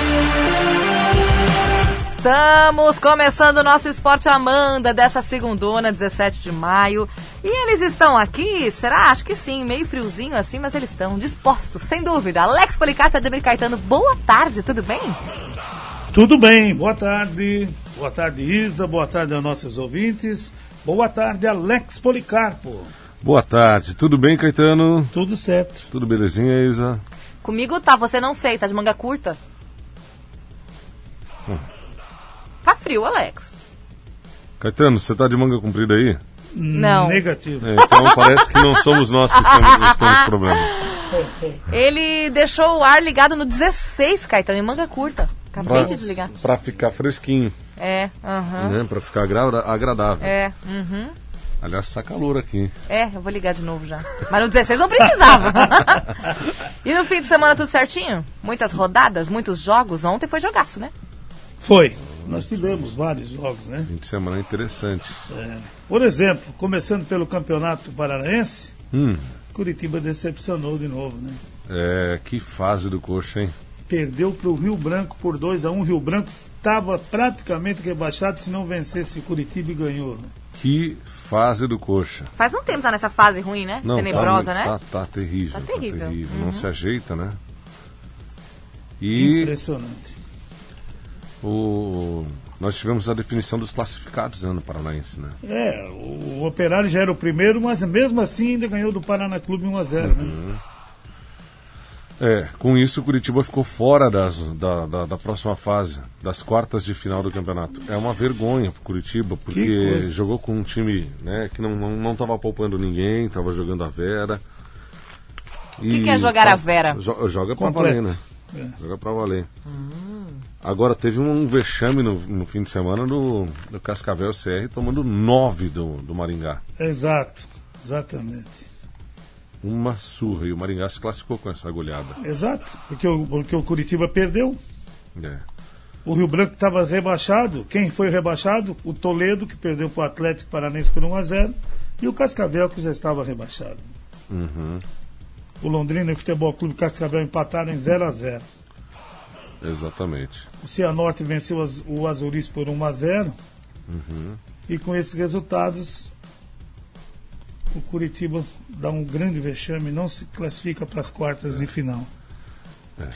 Estamos começando o nosso Esporte Amanda dessa segundona, 17 de maio. E eles estão aqui? Será? Acho que sim, meio friozinho assim, mas eles estão dispostos, sem dúvida. Alex Policarpo e Ademir Caetano, boa tarde, tudo bem? Tudo bem, boa tarde. Boa tarde, Isa, boa tarde aos nossos ouvintes. Boa tarde, Alex Policarpo. Boa tarde, tudo bem, Caetano? Tudo certo. Tudo belezinha, Isa? Comigo tá, você não sei, tá de manga curta? Hum. Tá frio, Alex. Caetano, você tá de manga comprida aí? Não. Negativo. É, então parece que não somos nós que estamos temos problemas. Ele deixou o ar ligado no 16, Caetano, em manga curta. Acabei pra, de desligar. Pra ficar fresquinho. É, aham. Uh -huh. né, pra ficar agra agradável. É, uhum. -huh. Aliás, tá calor aqui. É, eu vou ligar de novo já. Mas no 16 não precisava. e no fim de semana tudo certinho? Muitas rodadas, muitos jogos. Ontem foi jogaço, né? Foi. Nós tivemos vários jogos, né? Fim de semana interessante. É. Por exemplo, começando pelo Campeonato Paranaense, hum. Curitiba decepcionou de novo, né? É, que fase do coxa, hein? Perdeu para o Rio Branco por 2 a 1 um. Rio Branco estava praticamente rebaixado se não vencesse Curitiba e ganhou. Né? Que fase do coxa. Faz um tempo tá nessa fase ruim, né? Não, Tenebrosa, tá, né? Tá, tá Tá terrível. terrível. Tá terrível. Uhum. Não se ajeita, né? E... Impressionante. O... Nós tivemos a definição dos classificados né, no Paranaense, né? É, o, o Operário já era o primeiro, mas mesmo assim ainda ganhou do Paraná Clube 1 a 0 uhum. né? É, com isso o Curitiba ficou fora das, da, da, da, próxima fase, das quartas de final do campeonato. É uma vergonha para o Curitiba, porque jogou com um time né, que não estava não, não tava poupando ninguém, estava jogando a Vera. O que, que, é jogar tá, a Vera? Jo, joga para valer, né? É. Joga para valer. Hum. Uhum. Agora teve um vexame no, no fim de semana do, do Cascavel CR tomando 9 do, do Maringá. Exato, exatamente. Uma surra e o Maringá se classificou com essa goleada. Exato, porque o, porque o Curitiba perdeu. É. O Rio Branco estava rebaixado. Quem foi rebaixado? O Toledo, que perdeu para o Atlético Paranense por 1x0. E o Cascavel, que já estava rebaixado. Uhum. O Londrina e o Futebol Clube Cascavel empataram em 0x0. Exatamente. O Cianorte venceu o Azuris por 1 a 0 uhum. e com esses resultados o Curitiba dá um grande vexame, não se classifica para as quartas de final. É.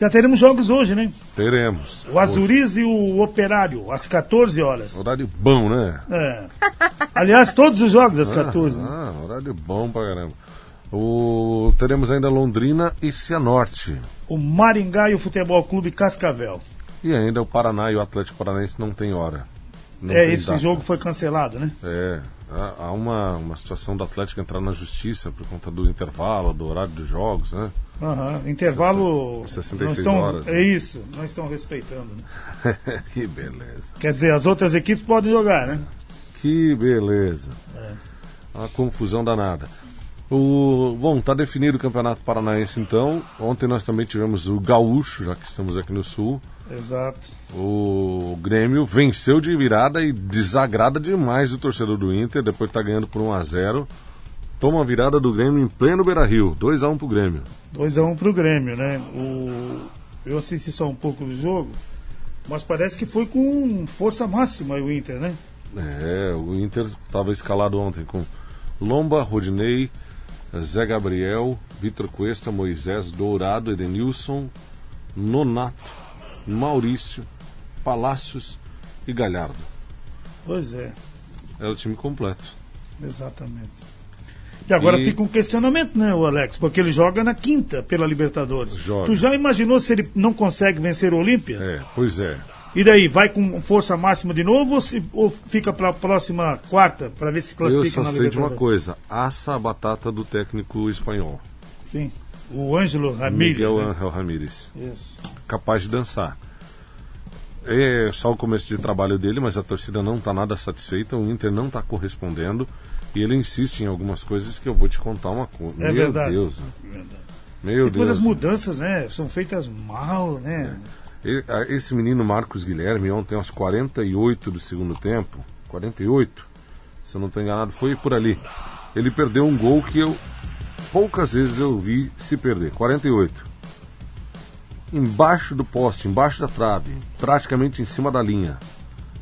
Já teremos jogos hoje, né? Teremos. O Azuris hoje. e o Operário, às 14 horas. Horário bom, né? É. Aliás, todos os jogos às né? 14. Ah, ah horário bom pra caramba. O... Teremos ainda Londrina e Cianorte. O Maringá e o Futebol Clube Cascavel. E ainda o Paraná e o Atlético Paranaense não tem hora. Não é, tem esse data. jogo foi cancelado, né? É. Há uma, uma situação do Atlético entrar na justiça por conta do intervalo, do horário dos jogos, né? Uhum. Intervalo. 66 não estão, horas. É né? isso, não estão respeitando. Né? que beleza. Quer dizer, as outras equipes podem jogar, né? Que beleza. É. Uma confusão danada. O, bom, está definido o Campeonato Paranaense então. Ontem nós também tivemos o Gaúcho, já que estamos aqui no Sul. Exato. O Grêmio venceu de virada e desagrada demais o torcedor do Inter, depois está ganhando por 1 a 0 Toma a virada do Grêmio em pleno Beira Rio. 2x1 pro Grêmio. 2x1 pro Grêmio, né? O... Eu assisti só um pouco do jogo, mas parece que foi com força máxima o Inter, né? É, o Inter estava escalado ontem com Lomba, Rodinei, Zé Gabriel, Vitor Cuesta, Moisés Dourado, Edenilson, Nonato, Maurício, Palácios e Galhardo. Pois é. Era o time completo. Exatamente. E agora e... fica um questionamento, né, o Alex? Porque ele joga na quinta pela Libertadores. Joga. Tu já imaginou se ele não consegue vencer o Olímpia? É, pois é. E daí, vai com força máxima de novo ou, se, ou fica para a próxima quarta para ver se classifica Eu só na sei de uma coisa, assa a batata do técnico espanhol. Sim, o Ângelo Ramírez. Miguel né? Angel Ramírez. Isso. Capaz de dançar. É só o começo de trabalho dele, mas a torcida não está nada satisfeita, o Inter não tá está correspondendo e ele insiste em algumas coisas que eu vou te contar uma coisa. É Meu verdade. Deus. É verdade. Meu Depois Deus. É. as mudanças, né? São feitas mal, né? E- a- Esse menino Marcos Guilherme, ontem aos 48 do segundo tempo, 48, se eu não estou enganado, foi por ali. Ele perdeu um gol que eu poucas vezes eu vi se perder. 48. Embaixo do poste, embaixo da trave, praticamente em cima da linha.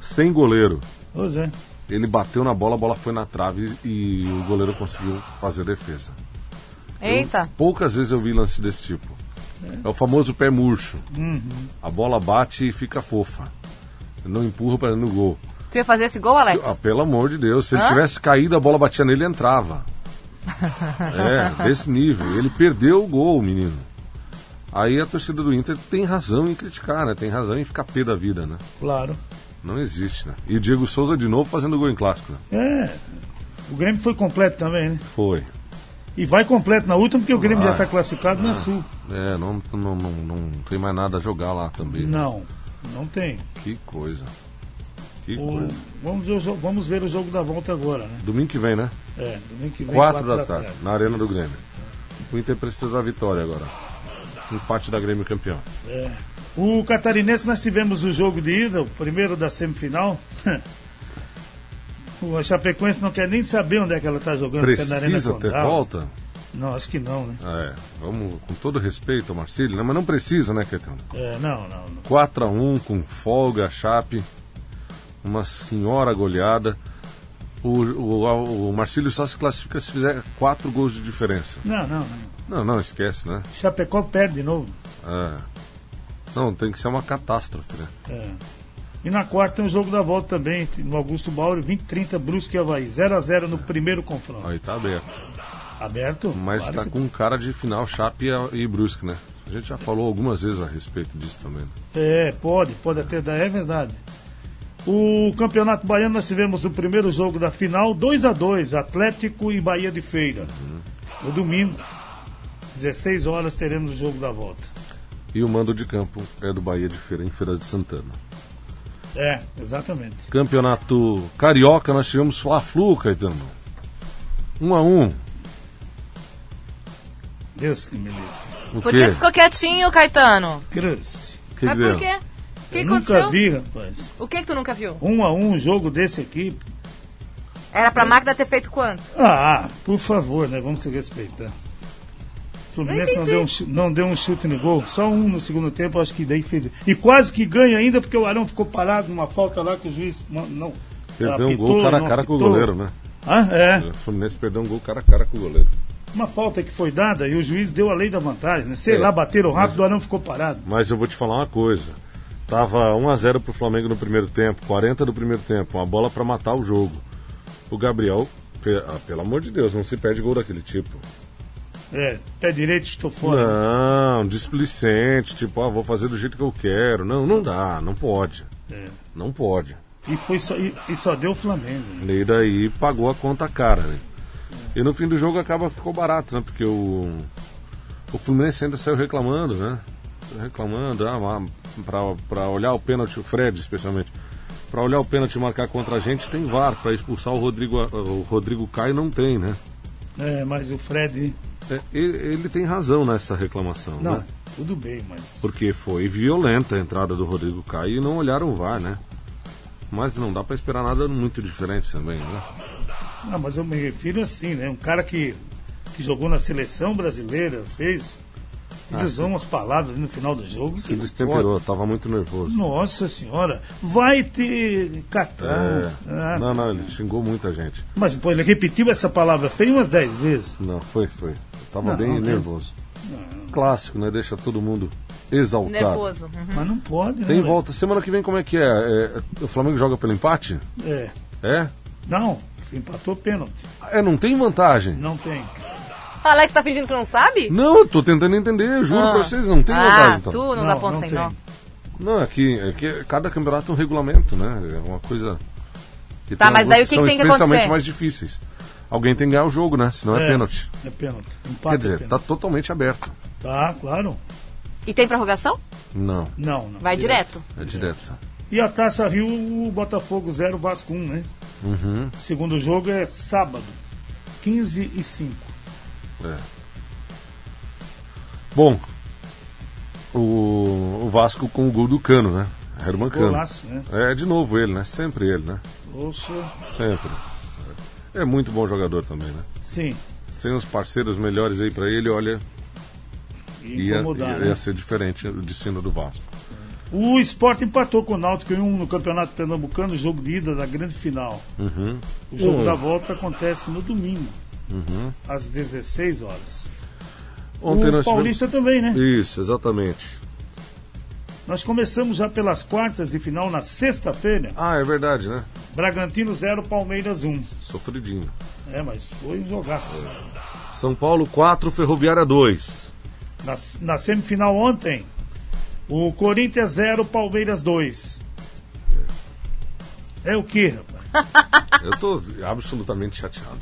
Sem goleiro. Pois é. Ele bateu na bola, a bola foi na trave e o goleiro conseguiu fazer a defesa. Eita. Poucas vezes eu vi lance desse tipo. É, o famoso pé murcho. A bola bate e fica fofa. Não empurra para no gol. Tu ia fazer esse gol, Alex? Ah, pelo amor de Deus, se ele Hã? tivesse caído, a bola batia nele e entrava. é, desse nível. Ele perdeu o gol, menino. Aí a torcida do Inter tem razão em criticar, né? Tem razão em ficar pé da vida, né? Claro. Não existe, né? E o Diego Souza de novo fazendo gol em clássico, né? É. O Grêmio foi completo também, né? Foi. E vai completo na última, porque o Grêmio Ah. já está classificado na Sul. É, não, não, não, não tem mais nada a jogar lá também. né? Não, não tem. Que coisa. Que O- coisa. vamos, ver o jogo, vamos ver o jogo da volta agora, né? Domingo que vem, né? É, domingo que vem. 4 da tarde, na Arena do Grêmio. O Inter precisa da vitória agora. Um Empate da Grêmio campeão. O Catarinense, nós tivemos o jogo de ida, o primeiro da semifinal. o a Chapecoense não quer nem saber onde é que ela está jogando. se é na Arena Precisa ter Condá. volta? Não, acho que não, né? É, vamos com todo respeito ao Marcílio, né? mas não precisa, né, Caetano? É, não, não, não. 4x1 com folga, Chape. Uma senhora goleada. O, o, o Marcílio só se classifica se fizer 4 gols de diferença. Não, não, não. Não, não, esquece, né? Chapecó perde de novo. É. Não, tem que ser uma catástrofe, né? É. E na quarta tem o jogo da volta também, no Augusto Bauri, 20 30 Brusque e Havaí. 0x0 no primeiro confronto. Aí tá aberto. Aberto? Mas Claro tá que- com cara de final Chape e- e Brusque, né? A gente já falou algumas vezes a respeito disso também. né? É, pode, pode até dar, é verdade. O Campeonato Baiano, nós tivemos o primeiro jogo da final, 2 a 2 Atlético e Bahia de Feira. Uhum. No domingo, 16 horas, teremos o jogo da volta. E o mando de campo é do Bahia de Feira, em Feira de Santana. É, exatamente. Campeonato Carioca, nós tivemos Fla-Flu, Caetano. Um a um. Deus que me livre. O Por quê? que você ficou quietinho, Caetano? Cruz. O que que Mas por deu? quê? O que Eu aconteceu? nunca vi, rapaz. O que, que tu nunca viu? Um a um, um jogo desse aqui. Era pra Magda ter feito quanto? Ah, por favor, né? Vamos se respeitar. O Fluminense não entendi. deu, um, chu- não deu um chute no gol, só um no segundo tempo, acho que daí fez. E quase que ganha ainda, porque o Arão ficou parado numa falta lá que o juiz ma- não. Perdeu um apitou, gol cara não a cara com o apitou. goleiro, né? Hã? é. O Fluminense perdeu um gol cara a cara com o goleiro. Uma falta que foi dada e o juiz deu a lei da vantagem, né? Sei É. lá, bateram rápido, o Arão ficou parado. Mas eu vou te falar uma coisa. Tava 1 a 0 pro Flamengo no primeiro tempo, 40 do primeiro tempo, uma bola pra matar o jogo. O Gabriel, pe- ah, pelo amor de Deus, não se perde gol daquele tipo. É, pé direito, estou fora. Não, displicente, tipo, ah, vou fazer do jeito que eu quero. Não, não dá, não pode. É. Não pode. E, foi só, e, e só deu o Flamengo. né? E daí pagou a conta cara, né? E no fim do jogo acaba ficou barato, né? Porque o, o Fluminense ainda saiu reclamando, né? Reclamando, ah, mas pra, pra olhar o pênalti, o Fred especialmente. Pra olhar o pênalti e marcar contra a gente tem VAR, pra expulsar o Rodrigo, o Rodrigo Caio não tem, né? É, mas o Fred. É, ele, ele tem razão nessa reclamação, Não, né? tudo bem, mas. Porque foi violenta a entrada do Rodrigo Caio e não olharam o VAR, né? Mas não dá pra esperar nada muito diferente também, né? Ah, mas eu me refiro assim, né? Um cara que, que jogou na seleção brasileira, fez. Ele usou umas palavras no final do jogo. Se Que, Ah, destemperou, tava muito nervoso. nossa senhora, vai te catar. É, Ah, não, não, ele xingou muita gente. Mas pô, ele repetiu essa palavra feia umas 10 vezes. Não, foi, foi. Tava Não, bem não, nervoso. Clássico, né? Deixa todo mundo exaltado. Nervoso. Uhum. Mas não pode, né? Tem velho? volta. Semana que vem como é que é? É, O Flamengo joga pelo empate? É. É? Não, se empatou pênalti. É, não tem vantagem. Não tem. Alex tá fingindo que não sabe? Não, eu tô tentando entender, eu juro Ah. pra vocês, não tem Ah, vantagem. Então. tu não, dá ponto sem nó. Não, é aqui, aqui cada campeonato é um regulamento, né? É uma coisa. Que Tá, tem mas alguns daí o que são que tem que especialmente acontecer? mais difíceis. Alguém tem que ganhar o jogo, né? Senão é, pênalti. É pênalti. Quer Empate é dizer, tá pênalti. totalmente aberto. Tá, claro. E tem prorrogação? Não, Não, não. Vai direto. é direto. E a Taça Rio, o Botafogo 0, Vasco 1, né? Segundo jogo é sábado, 15 e 5. É. Bom, o, o Vasco com o gol do Cano, né? Herman Cano. Golaço, né? É, de novo ele, né? Sempre ele, né? Ouça. Sempre. É muito bom jogador também, né? Sim. Tem uns parceiros melhores aí pra ele, olha, E ia, incomodar. ia- né? ia ser diferente o destino do Vasco. O Sport empatou com o Náutico em um no Campeonato Pernambucano, jogo de ida da grande final. O jogo Hum. da volta acontece no domingo, às 16 horas. Ontem o nós Paulista também, né? tivemos... Isso, exatamente. Nós começamos já pelas quartas de final na sexta-feira. Ah, é verdade, né? Bragantino 0, Palmeiras 1. Sofridinho. É, mas foi um jogaço. São Paulo 4, Ferroviária 2. Na, na semifinal ontem, o Corinthians 0, Palmeiras 2. É o que, rapaz? Eu tô absolutamente chateado.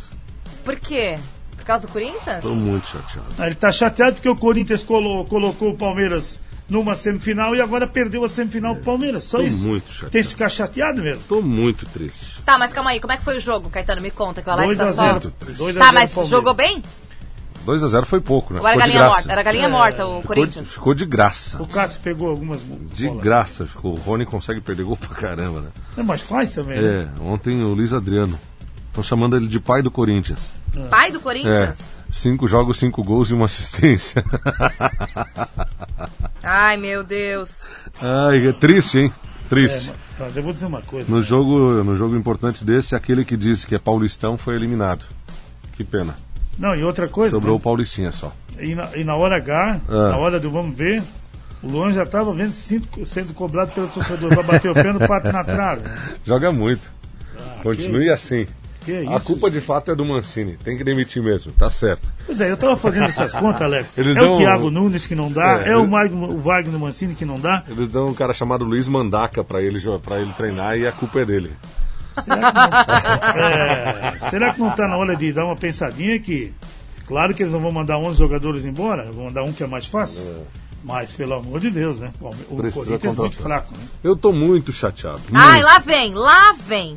Por quê? Por causa do Corinthians? Tô muito chateado. Ah, Ele tá chateado porque o Corinthians colo- colocou o Palmeiras numa semifinal e agora perdeu a semifinal pro Palmeiras. Só Tô isso. muito chateado. Tem que ficar chateado mesmo. Tô muito triste. Tá, mas calma aí, como é que foi o jogo, Caetano? Me conta, que o Alex 2 a tá 0. só. Muito triste. 2 a 0 Tá, mas Palmeiras. jogou bem? 2 a 0 foi pouco, né? Ou era Ficou de galinha graça. É. morta? Era galinha morta o Ficou de- Corinthians. Ficou de graça. O Cássio pegou algumas bo- De bolas. graça ficou. O Rony consegue perder gol pra caramba, né? É, mas faz também. né? É, ontem o Luiz Adriano. Estão chamando ele de pai do Corinthians. Pai do É. Corinthians? Cinco jogos, cinco gols e uma assistência. Ai, meu Deus. Ai, é triste, hein? É, Triste. mas- mas eu vou dizer uma coisa. No jogo, no jogo importante desse, aquele que disse que é paulistão foi eliminado. Que pena. Não, e outra coisa. Sobrou o paulistinha só. E na, e na hora H, Ah. na hora do vamos ver, o Luan já estava vendo cinco- sendo cobrado pelo torcedor. Vai bater o pé no pato na trave. Joga muito. Continue isso? assim. Ah, Que é A isso? culpa de fato é do Mancini. Tem que demitir mesmo, tá certo. Pois é, eu estava fazendo essas contas, Alex. Eles é dão- um- o Thiago Nunes que não dá, É, é, o, ele- Magno, o Wagner Mancini que não dá. Eles dão um cara chamado Luiz Mandaca pra ele, jo- pra ele treinar e a culpa é dele. É. Será que não está na hora de dar uma pensadinha que... Claro que eles não vão mandar 11 jogadores embora, vão mandar um que é mais fácil. Mas, pelo amor de Deus, né? O, o Precisa Corinthians é muito contratar. fraco, né? Eu tô muito chateado. Ai, muito. lá vem, lá vem.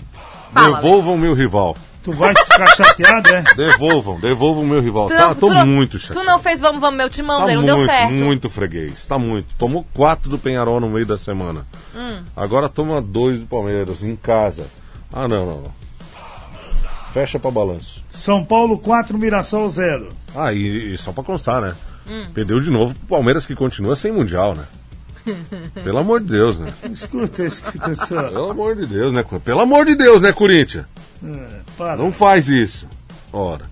Fala. Alex. Devolvam meu rival. Tu vai ficar chateado, é? Devolvam, devolvam meu rival. Tu tá, não- tô tu não- muito Tu chateado. não fez vamos, vamos, meu timão, Tá né? não muito, deu certo. muito freguês. Tá muito. Tomou quatro do Penharol no meio da semana. Hum. Agora toma dois do Palmeiras em casa. Ah, não, não, não. Fecha pra balanço. São Paulo 4, Mirassol 0. Ah, e, e só pra constar, né? Hum. Perdeu de novo pro Palmeiras que continua sem Mundial, né? Pelo amor de Deus, né? Escuta, escuta só. Pelo amor de Deus, né? Cor- Pelo amor de Deus, né, Corinthians? Ah, É, para. Não faz isso. Ora.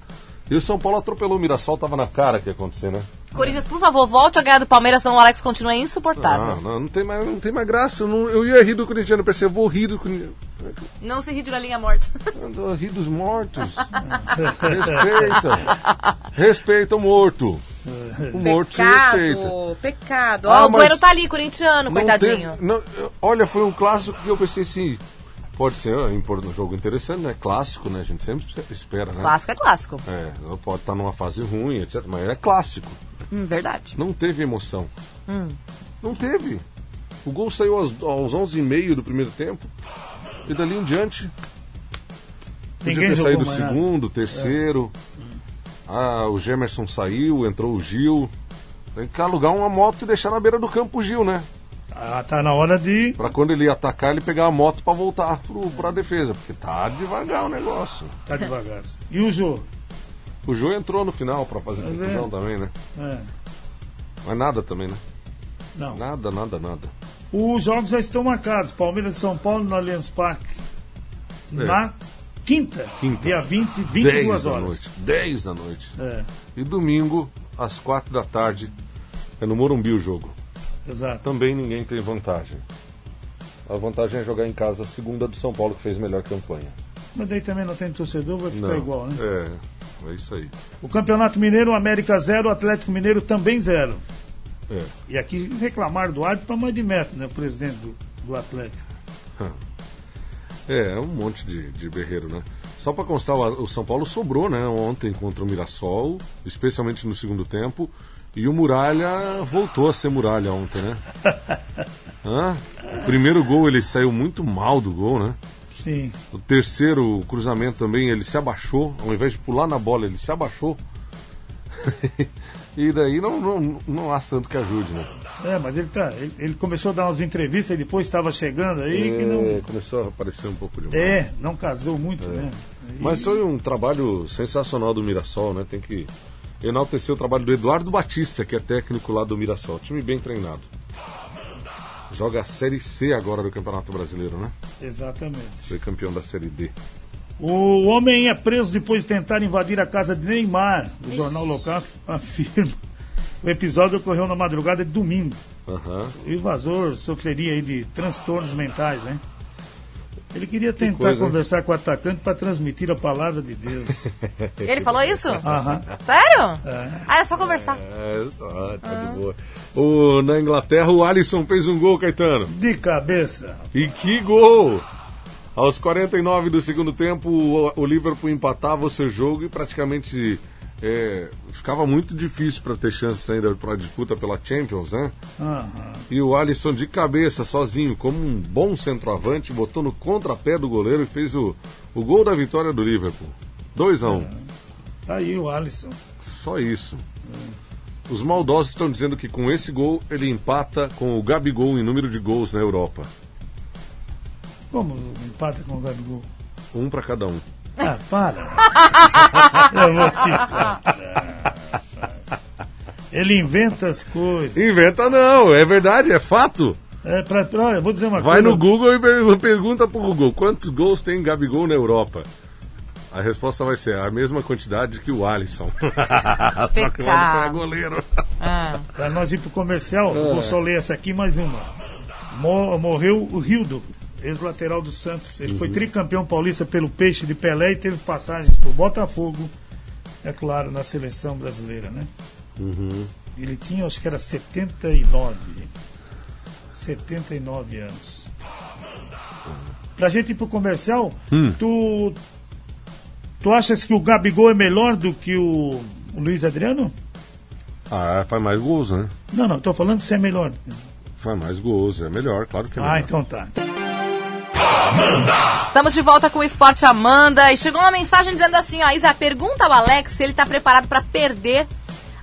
E o São Paulo atropelou o Mirassol, tava na cara que ia acontecer, né? Corinthians, por favor, volte a ganhar do Palmeiras, senão o Alex continua insuportável. Ah, não, não tem mais, não tem mais graça. Eu, não- eu ia rir do corintiano, eu pensei, eu vou rir do corintiano. Não se ri de galinha morta. Eu vou rir dos mortos. Respeita. Respeita o morto. O morto se respeita. Pecado, pecado. Ó, Ah, o mas- Bueno tá ali, corintiano, Não coitadinho. teve- não, eu- olha, foi um clássico que eu pensei assim, pode ser ó, impor- um jogo interessante, né? Clássico, né? A gente sempre espera, né? Clássico é clássico. É, pode estar numa fase ruim, etc. Mas é clássico. Hum, verdade. Não teve emoção. Hum. Não teve. O gol saiu aos, aos 11h30 do primeiro tempo. E dali em diante, podia Ninguém ter jogou É. saído o mais nada. segundo, terceiro. Ah, o Gemerson saiu, entrou o Gil. Tem que alugar uma moto e deixar na beira do campo o Gil, né? Ah, tá na hora de. Pra quando ele atacar, ele pegar a moto pra voltar pro, pra defesa. Porque tá devagar o negócio. Tá devagar. E o jogo? O Gil entrou no final pra fazer Mas confusão é. também, né? É, Mas nada também, né? não. Nada, nada, nada. Os jogos já estão marcados. Palmeiras e São Paulo no Allianz Parque. É. Na quinta, Quinta. dia 20, 10 22 da horas. noite. 10 da noite. É, E domingo, às quatro da tarde, é no Morumbi o jogo. exato. Também ninguém tem vantagem. A vantagem é jogar em casa a segunda do São Paulo, que fez melhor campanha. Mas daí também não tem torcedor, vai ficar Não. igual, né? É, é isso aí. O Campeonato Mineiro, América 0, Atlético Mineiro também 0. É. E aqui reclamaram do árbitro para mais de metro, né? O presidente do, do Atlético. É, é um monte de, de berreiro, né? Só pra constar, o o São Paulo sobrou, né? Ontem contra o Mirassol, especialmente no segundo tempo. E o Muralha voltou a ser Muralha ontem, né? Hã? O primeiro gol ele saiu muito mal do gol, né? Sim. O terceiro cruzamento também ele se abaixou, ao invés de pular na bola, ele se abaixou. e daí não, não, não há santo que ajude, né? É, mas ele, tá, ele, ele começou a dar umas entrevistas e depois estava chegando aí É, que não. Começou a aparecer um pouco demais. É, não casou muito, né? E- Mas foi um trabalho sensacional do Mirassol, né? Tem que enaltecer o trabalho do Eduardo Batista, que é técnico lá do Mirassol. Time bem treinado. Joga a Série C agora do Campeonato Brasileiro, né? Exatamente. Foi campeão da Série D. O homem é preso depois de tentar invadir a casa de Neymar. O jornal local af- afirma. O episódio ocorreu na madrugada de domingo. Aham. O invasor sofreria aí de transtornos mentais, né? Ele queria tentar coisa, hein? conversar com o atacante para transmitir a palavra de Deus. Ele falou isso? Aham. Sério? Ah, é só conversar. É, ah, tá de boa. O, na Inglaterra, o Alisson fez um gol, Caetano. De cabeça. E que gol! Aos 49 do segundo tempo, o- o Liverpool empatava o seu jogo e praticamente é, ficava muito difícil para ter chance ainda para a disputa pela Champions, né? Aham. E o Alisson de cabeça, sozinho, como um bom centroavante, botou no contrapé do goleiro e fez o, o gol da vitória do Liverpool. 2 a 1 Tá aí o Alisson. Só isso. Os maldosos estão dizendo que com esse gol ele empata com o Gabigol em número de gols na Europa. Como empata um com o Gabigol? Um para cada um. Ah, para. Eu vou te contar. Ele inventa as coisas. Inventa não, é verdade, é fato. É, pra, olha, eu vou dizer uma Vai coisa. no Google e per- pergunta pro Google quantos gols tem Gabigol na Europa. A resposta vai ser a mesma quantidade que o Alisson. Só que o Alisson é goleiro. Pra nós ir pro comercial, eu vou só ler essa aqui mais uma. Mo- morreu o Rildo, ex-lateral do Santos. Ele foi tricampeão paulista pelo Peixe de Pelé e teve passagens por Botafogo, é claro, na seleção brasileira, né? Ele tinha, acho que era 79. 79 anos. Pra gente ir pro comercial, Hum. tu. Tu achas que o Gabigol é melhor do que o, o Luiz Adriano? Ah, faz mais gols, né? Não, não, tô falando se é melhor. Faz mais gols, é melhor, claro que é melhor. Ah, então tá. Estamos de volta com o Esporte Amanda e chegou uma mensagem dizendo assim, ó, Isa, pergunta ao Alex se ele tá preparado pra perder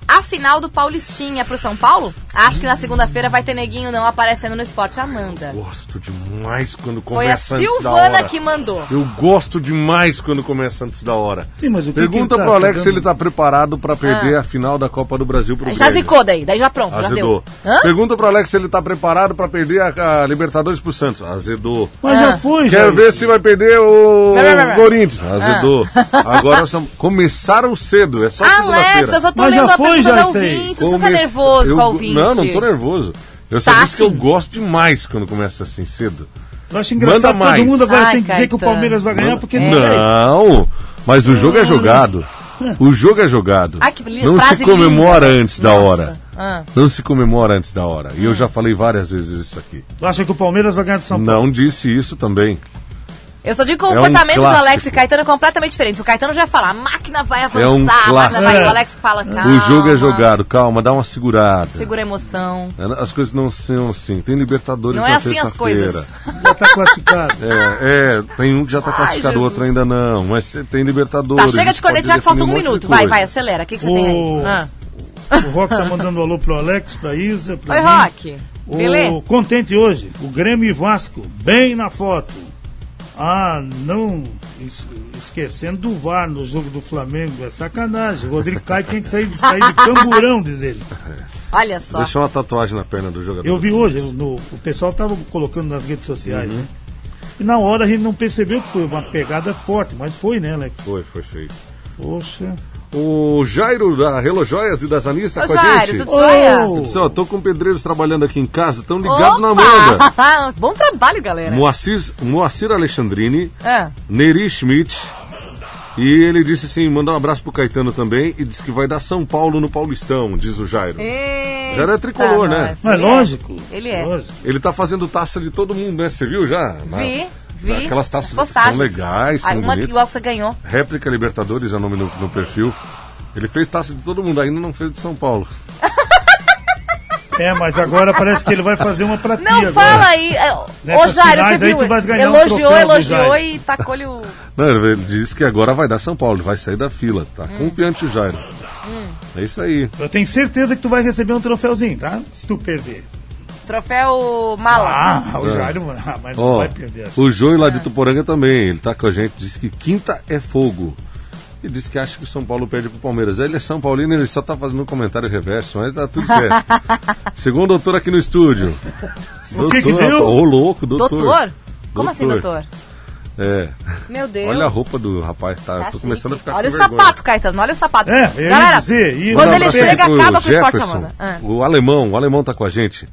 a final do Paulistinha pro São Paulo? Acho que na segunda-feira vai ter neguinho não aparecendo no Esporte Amanda. então. Gosto demais quando Foi a começa antes da hora. Silvana que mandou. Eu gosto demais quando começa antes da hora. Sim, mas o que Pergunta que ele tá pro Alex se jogando? ele tá preparado pra perder a final da Copa do Brasil pro Ah. Já Grêmio. zicou daí, daí já pronto, já Azedou. deu. Hã? Pergunta pro Alex se ele tá preparado pra perder a, a Libertadores pro Santos. Azedou. Mas Ah. já foi, Quero gente. ver se vai perder o Vai, vai, vai, Ah. vai. Corinthians. Azedou. Agora são... começaram cedo, é só Alex, segunda-feira. eu só tô Mas já lendo a foi, pergunta da já sei. ouvinte, não fica Come- nervoso eu- com a ouvinte. Não, não tô nervoso. Eu só Tá, disse que eu sim. gosto demais quando começa assim cedo. Eu acho engraçado Manda que mais. todo mundo agora Ai, tem que dizer que o Caetano. Palmeiras vai ganhar porque não é isso. Não, mas o jogo é jogado. O jogo é jogado. Ai, que li- não frase se comemora linda. antes da Nossa. hora. Ah. Não se comemora antes da hora. E eu já falei várias vezes isso aqui. Tu acha que o Palmeiras vai ganhar de São Tá Paulo? Não disse isso também. Eu só digo que o comportamento do É um clássico. Alex e Caetano é completamente diferente. O Caetano já fala, a máquina vai avançar, um a máquina clássico. vai. É. O Alex fala, calma. o jogo é jogado. Calma, dá uma segurada. É, Segura a emoção. As coisas não são assim. Tem Libertadores Não é na assim as terça-feira. coisas. Já tá classificado. É, é, tem um que já tá classificado, o Jesus. outro ainda não. Mas tem- tem Libertadores. Tá, chega de isso pode cornetear que falta um definir monte minuto. de Vai, coisa. vai, acelera. O que, que você O- tem aí? Ah. O Rock tá mandando um alô pro Alex, pra Isa, pra Oi, mim. Rock. O Beleza? contente hoje, o Grêmio e Vasco, bem na foto. Ah, não es- esquecendo do VAR no jogo do Flamengo, é sacanagem. O Rodrigo Caio tem que sair, sair de camburão, diz ele. Olha só. Deixa uma tatuagem na perna do jogador. Eu vi hoje, eu- no- o pessoal estava colocando nas redes sociais, Uhum. né? E na hora a gente não percebeu que foi uma pegada forte, mas foi, né, Alex? Foi, foi feito. Poxa. O Jairo da Relojoias e da Zanis tá Ô, com a Jairo, gente. tudo jóia? Oh! Pessoal, eu tô com pedreiros trabalhando aqui em casa, estão ligados na Amanda. Opa! Bom trabalho, galera. Moacir, Moacir Alexandrini, Ah. Neri Schmidt. E ele disse assim, mandou um abraço pro Caetano também e disse que vai dar São Paulo no Paulistão, diz o Jairo. É. Eita, Já era tricolor, né? nós. Mas Ele é lógico. Ele é. Lógico. Ele tá fazendo taça de todo mundo, né? Você viu já? Na- Vi, vi. Ah, Aquelas taças que são Postagens. legais, Ah, são Uma bonitas. igual que você ganhou. Réplica Libertadores é o nome no, no perfil. Ele fez taça de todo mundo, ainda não fez de São Paulo. É, mas agora parece que ele vai fazer uma pra ti Não, agora. fala aí. É, Ô, Nessas Jairo, você finais aí viu? tu vais ganhar um Elogiou, troféu do elogiou Jairo. e tacou-lhe o... Não, ele ele disse que agora vai dar São Paulo, ele vai sair da fila. Tá confiante o Jairo. É isso aí. Eu tenho certeza que tu vai receber um troféuzinho, tá? Se tu perder. Troféu Mala. Ah, o É. Jairo, ah, mas não Ó, vai perder. acho. o Joey É. lá de Tuporanga também, ele tá com a gente, disse que quinta é fogo. E disse que acha que o São Paulo perde pro Palmeiras. Ele é São Paulino, ele só tá fazendo um comentário reverso, mas tá tudo certo. Chegou um doutor aqui no estúdio. O que que deu? Ô, louco, doutor. doutor. Como assim, doutor? É. Meu Deus. Olha a roupa do rapaz, tá? Tá Eu tô começando a chique. ficar Olha com o vergonha. sapato, Caetano, olha o sapato. É, eu ia Galera, dizer, ia quando mandar ele pra chega, pro acaba com o esporte, Jefferson, Amanda. Ah. O alemão, o alemão tá com a gente.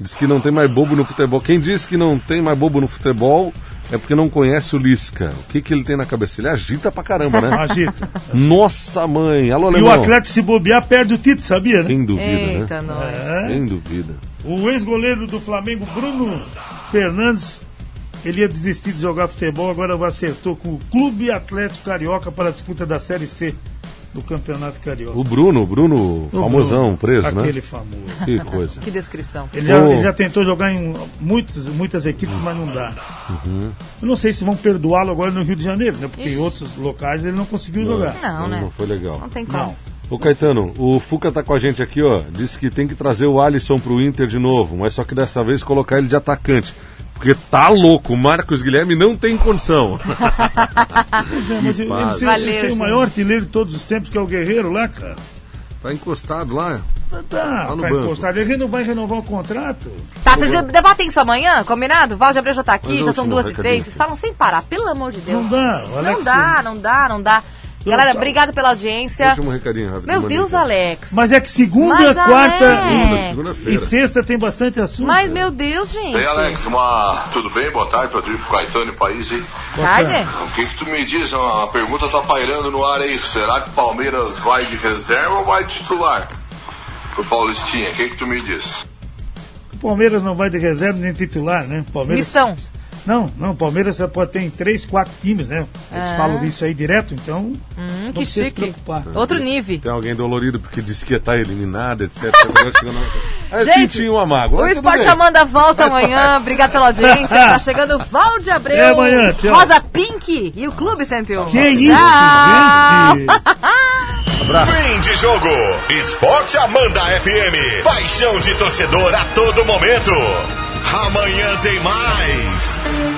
Diz que não tem mais bobo no futebol. Quem diz que não tem mais bobo no futebol é porque não conhece o Lisca. O que, que ele tem na cabeça? Ele agita pra caramba, né? Agita. Nossa mãe! Alô, E o alemão! atleta se bobear perde o título, sabia, né? Sem dúvida, Ah. Eita, né? nós. É. Sem dúvida. O ex-goleiro do Flamengo, Bruno Fernandes, ele ia desistir de jogar futebol, agora acertou com o Clube Atlético Carioca para a disputa da Série C do Campeonato Carioca. O Bruno, o Bruno, famosão, Bruno, preso, Aquele né? famoso. Que coisa. Que descrição. Ele já, Ô. ele já tentou jogar em muitos, muitas equipes, mas não dá. Eu não sei se vão perdoá-lo agora no Rio de Janeiro, né? Porque em Ixi. outros locais ele não conseguiu jogar. Não, né? Não foi legal. Não tem como. Não. Ô Caetano, o Fuca tá com a gente aqui, ó. Disse que tem que trazer o Alisson pro Inter de novo, mas só que dessa vez colocar ele de atacante. Porque tá louco, o Marcos Guilherme não tem condição. Pois é, mas ele, ele, fase. ser- Valeu, ser o gente. maior artilheiro de todos os tempos, que é o Guerreiro lá, cara. Tá encostado lá. Tá, Lá no tá banco. encostado. Ele não vai renovar o contrato. Tá, vocês debatem isso amanhã, combinado? Val de Abreu já tá aqui, Mas já são último duas e recadinho. três. Vocês falam sem parar, pelo amor de Deus. Não dá, o Alex. Não dá, não dá, não dá. Galera, tchau. obrigado pela audiência. Último um recadinho, rápido. Tá. Meu Deus, Alex. Mas é que segunda, Mas, quarta Alex. e- e Segunda-feira. sexta tem bastante assunto. Mas, meu Deus, Ei, gente. Alex, uma... tudo bem? Boa tarde pra tu, pro Caetano e País, hein? Tarde? O que que tu me diz? Uma pergunta tá pairando no ar aí. Será que o Palmeiras vai de reserva ou vai de titular? Pro Paulistinha, o que que tu me diz? O Palmeiras não vai de reserva nem titular, né? O Palmeiras... Missão. Não, não, o Palmeiras só pode ter em três, quatro times, né? Eles Ah. falam disso aí direto, então não Hum, que precisa se chique. preocupar. Outro nível. Tem alguém dolorido porque disse que ia estar eliminado, etc. Agora chegou na- É, Aí Gente, senti uma mágoa. O Mas tudo Esporte bem. Amanda volta amanhã. Obrigado pela audiência. Tá chegando Val de Abreu. Até É amanhã, tchau. Rosa Pink e o Clube 101. Que isso, Tchau. gente! Fim de jogo. Esporte Amanda FM. Paixão de torcedor a todo momento. Amanhã tem mais.